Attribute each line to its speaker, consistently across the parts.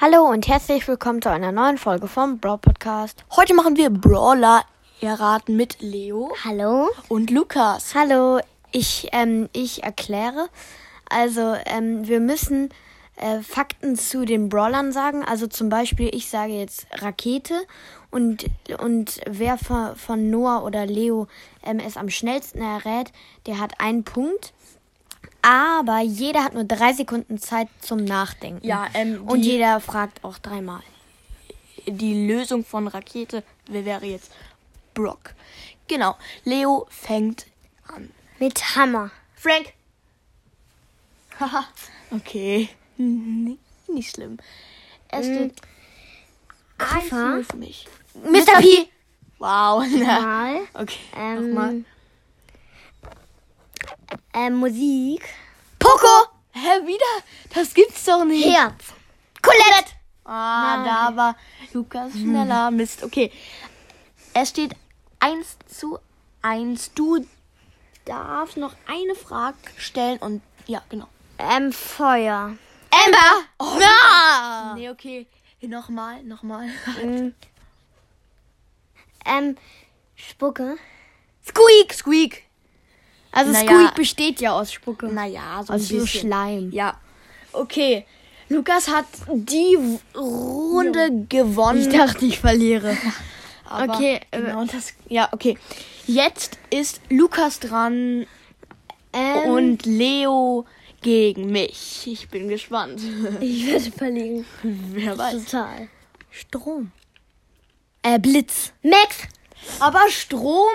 Speaker 1: Hallo und herzlich willkommen zu einer neuen Folge vom Brawl Podcast.
Speaker 2: Heute machen wir Brawler erraten mit Leo
Speaker 3: Hallo?
Speaker 2: und Lukas.
Speaker 1: Hallo, ich, ähm, ich erkläre. Also, ähm, wir müssen äh, Fakten zu den Brawlern sagen. Also zum Beispiel, ich sage jetzt Rakete und, und wer von, von Noah oder Leo ähm, es am schnellsten errät, der hat einen Punkt. Aber jeder hat nur drei Sekunden Zeit zum Nachdenken.
Speaker 2: Ja, ähm,
Speaker 1: und
Speaker 2: die-
Speaker 1: jeder fragt auch dreimal.
Speaker 2: Die Lösung von Rakete wer wäre jetzt Brock. Genau, Leo fängt an.
Speaker 3: Mit Hammer.
Speaker 2: Frank! Haha, okay. N- Nicht schlimm. Er
Speaker 1: Hm.
Speaker 2: steht
Speaker 3: Koffer.
Speaker 2: 1-0 für mich.
Speaker 1: Mr. P!
Speaker 2: Wow, na.
Speaker 3: Mal.
Speaker 2: Okay,
Speaker 3: Ähm,
Speaker 2: nochmal.
Speaker 3: Ähm, Musik.
Speaker 2: Poco! Hä, wieder? Das gibt's doch nicht.
Speaker 3: Herz.
Speaker 2: Colette! Ah, da war Lukas schneller. Mist, okay. Es steht 1 zu 1. Du darfst noch eine Frage stellen und ja, genau.
Speaker 3: Ähm, Feuer.
Speaker 1: Amber!
Speaker 2: Oh, Nee, okay. Nochmal, nochmal.
Speaker 1: Hm.
Speaker 3: Ähm, Spucke.
Speaker 2: Squeak! Squeak!
Speaker 1: Also
Speaker 2: Naja.
Speaker 1: Squeak besteht ja aus Spucke.
Speaker 2: Naja,
Speaker 1: Also
Speaker 2: so ein
Speaker 1: so
Speaker 2: bisschen.
Speaker 1: Schleim.
Speaker 2: Ja. Okay. Lukas hat die W- Runde gewonnen.
Speaker 1: Ich dachte, ich verliere.
Speaker 2: Aber
Speaker 1: Okay, äh,
Speaker 2: Genau das, ja, okay. Jetzt ist Lukas dran
Speaker 1: Ähm,
Speaker 2: und Leo gegen mich. Ich bin gespannt.
Speaker 3: Ich werde verlegen.
Speaker 2: Wer weiß.
Speaker 3: Total.
Speaker 1: Strom. Äh, Blitz.
Speaker 3: Max.
Speaker 2: Aber Strom,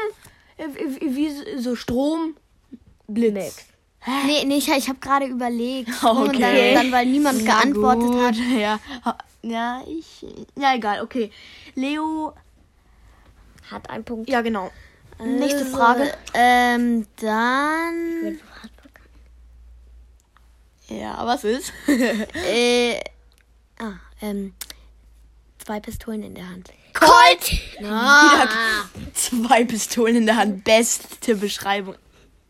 Speaker 2: äh, wie wie so Strom, Blitz.
Speaker 1: Nee, nee, ich, ich habe gerade überlegt. Und
Speaker 2: Okay.
Speaker 1: dann, dann, weil niemand
Speaker 2: Na
Speaker 1: geantwortet
Speaker 2: gut,
Speaker 1: hat.
Speaker 2: Ja. ja, ich. Ja, egal, okay. Leo,
Speaker 3: Hat einen Punkt.
Speaker 2: ja, genau. Nächste
Speaker 1: Also,
Speaker 2: Frage.
Speaker 1: Ähm, dann.
Speaker 2: Ja, was ist?
Speaker 1: Äh, ah, ähm. Zwei Pistolen in der Hand.
Speaker 2: Colt! Zwei Pistolen in der Hand. Beste Beschreibung.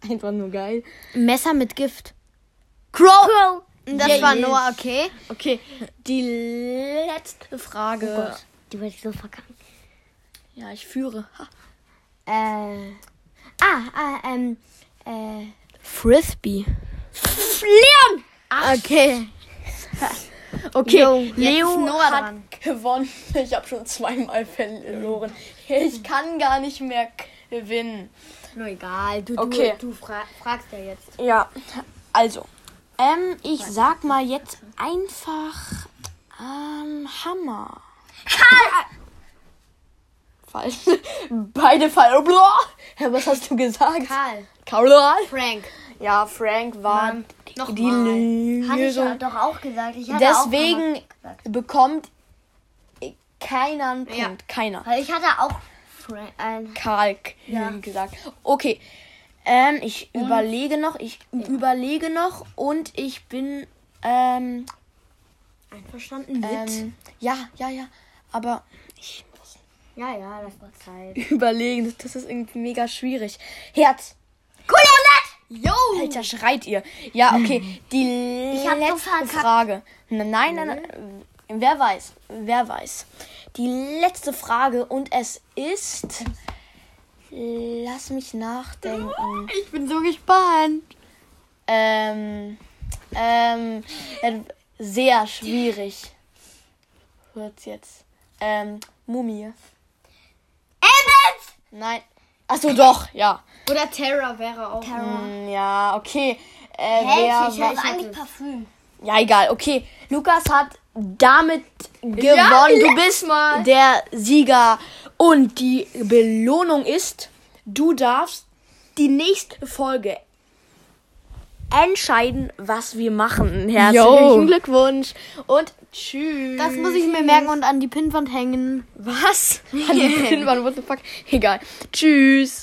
Speaker 2: Einfach nur geil.
Speaker 1: Messer mit Gift.
Speaker 2: Crow!
Speaker 1: Das
Speaker 2: Yes.
Speaker 1: war Noah, okay.
Speaker 2: Okay, die letzte Frage.
Speaker 3: Die werde ich so verkacken.
Speaker 2: ja, ich führe. Ha.
Speaker 1: Äh. Ah, ah, ähm. Äh. Frisbee.
Speaker 2: Leon!
Speaker 1: Okay.
Speaker 2: Okay,
Speaker 1: Jo, jetzt
Speaker 2: Leo
Speaker 1: ist Noah
Speaker 2: hat
Speaker 1: dran.
Speaker 2: gewonnen. Ich habe schon zweimal verloren. Ich kann gar nicht mehr gewinnen.
Speaker 1: Nur egal. Du,
Speaker 2: Okay.
Speaker 1: du, du fra fragst ja jetzt.
Speaker 2: Ja, also. Ähm, ich sag mal jetzt einfach ähm, Hammer. Falsch. Beide falsch. Hä, Was hast du gesagt?
Speaker 1: Karl.
Speaker 2: Karl.
Speaker 1: Frank.
Speaker 2: Ja, Frank war
Speaker 1: nochmal.
Speaker 2: die
Speaker 3: Hatte ich
Speaker 2: Lösung.
Speaker 3: ja doch auch gesagt. Ich hatte auch
Speaker 2: Deswegen
Speaker 3: Hammer gesagt.
Speaker 2: bekommt keiner einen Punkt.
Speaker 1: Ja.
Speaker 2: Keiner.
Speaker 3: Weil ich hatte auch Frank, ein
Speaker 2: Karl K- gesagt. Okay. Ähm, ich überlege noch, ich überlege noch und ich bin ähm,
Speaker 1: Einverstanden
Speaker 2: ähm ja, ja, ja, aber ich muss
Speaker 3: Ja, ja, das war Zeit.
Speaker 2: überlegen, das, das ist irgendwie mega schwierig. Herz.
Speaker 1: Yo!
Speaker 2: Alter, schreit ihr. Ja, okay, die
Speaker 3: Ich hab so
Speaker 2: letzte
Speaker 3: verkackt.
Speaker 2: Frage. Nein, nein, nein. Wer weiß? Wer weiß? Die letzte Frage und es ist Lass mich nachdenken.
Speaker 1: Ich bin so gespannt.
Speaker 2: Ähm, ähm, äh, sehr schwierig. Wird's jetzt. Ähm, Mumie.
Speaker 3: Evans!
Speaker 2: Nein. Achso, doch, ja.
Speaker 1: Oder Terra wäre auch.
Speaker 2: Hm, ja, okay. Äh,
Speaker 3: Hey,
Speaker 2: wer
Speaker 3: ich, ich,
Speaker 2: war-
Speaker 3: ich eigentlich Parfüm.
Speaker 2: Ja, egal, okay. Lukas hat damit gewonnen. du bist
Speaker 1: Mal.
Speaker 2: der Sieger. Und die Belohnung ist, du darfst die nächste Folge entscheiden, was wir machen. Herzlichen
Speaker 1: Jo.
Speaker 2: Glückwunsch und tschüss.
Speaker 1: Das muss ich mir merken und an die Pinnwand hängen.
Speaker 2: Was? An die Pinnwand, what the fuck? Egal. Tschüss.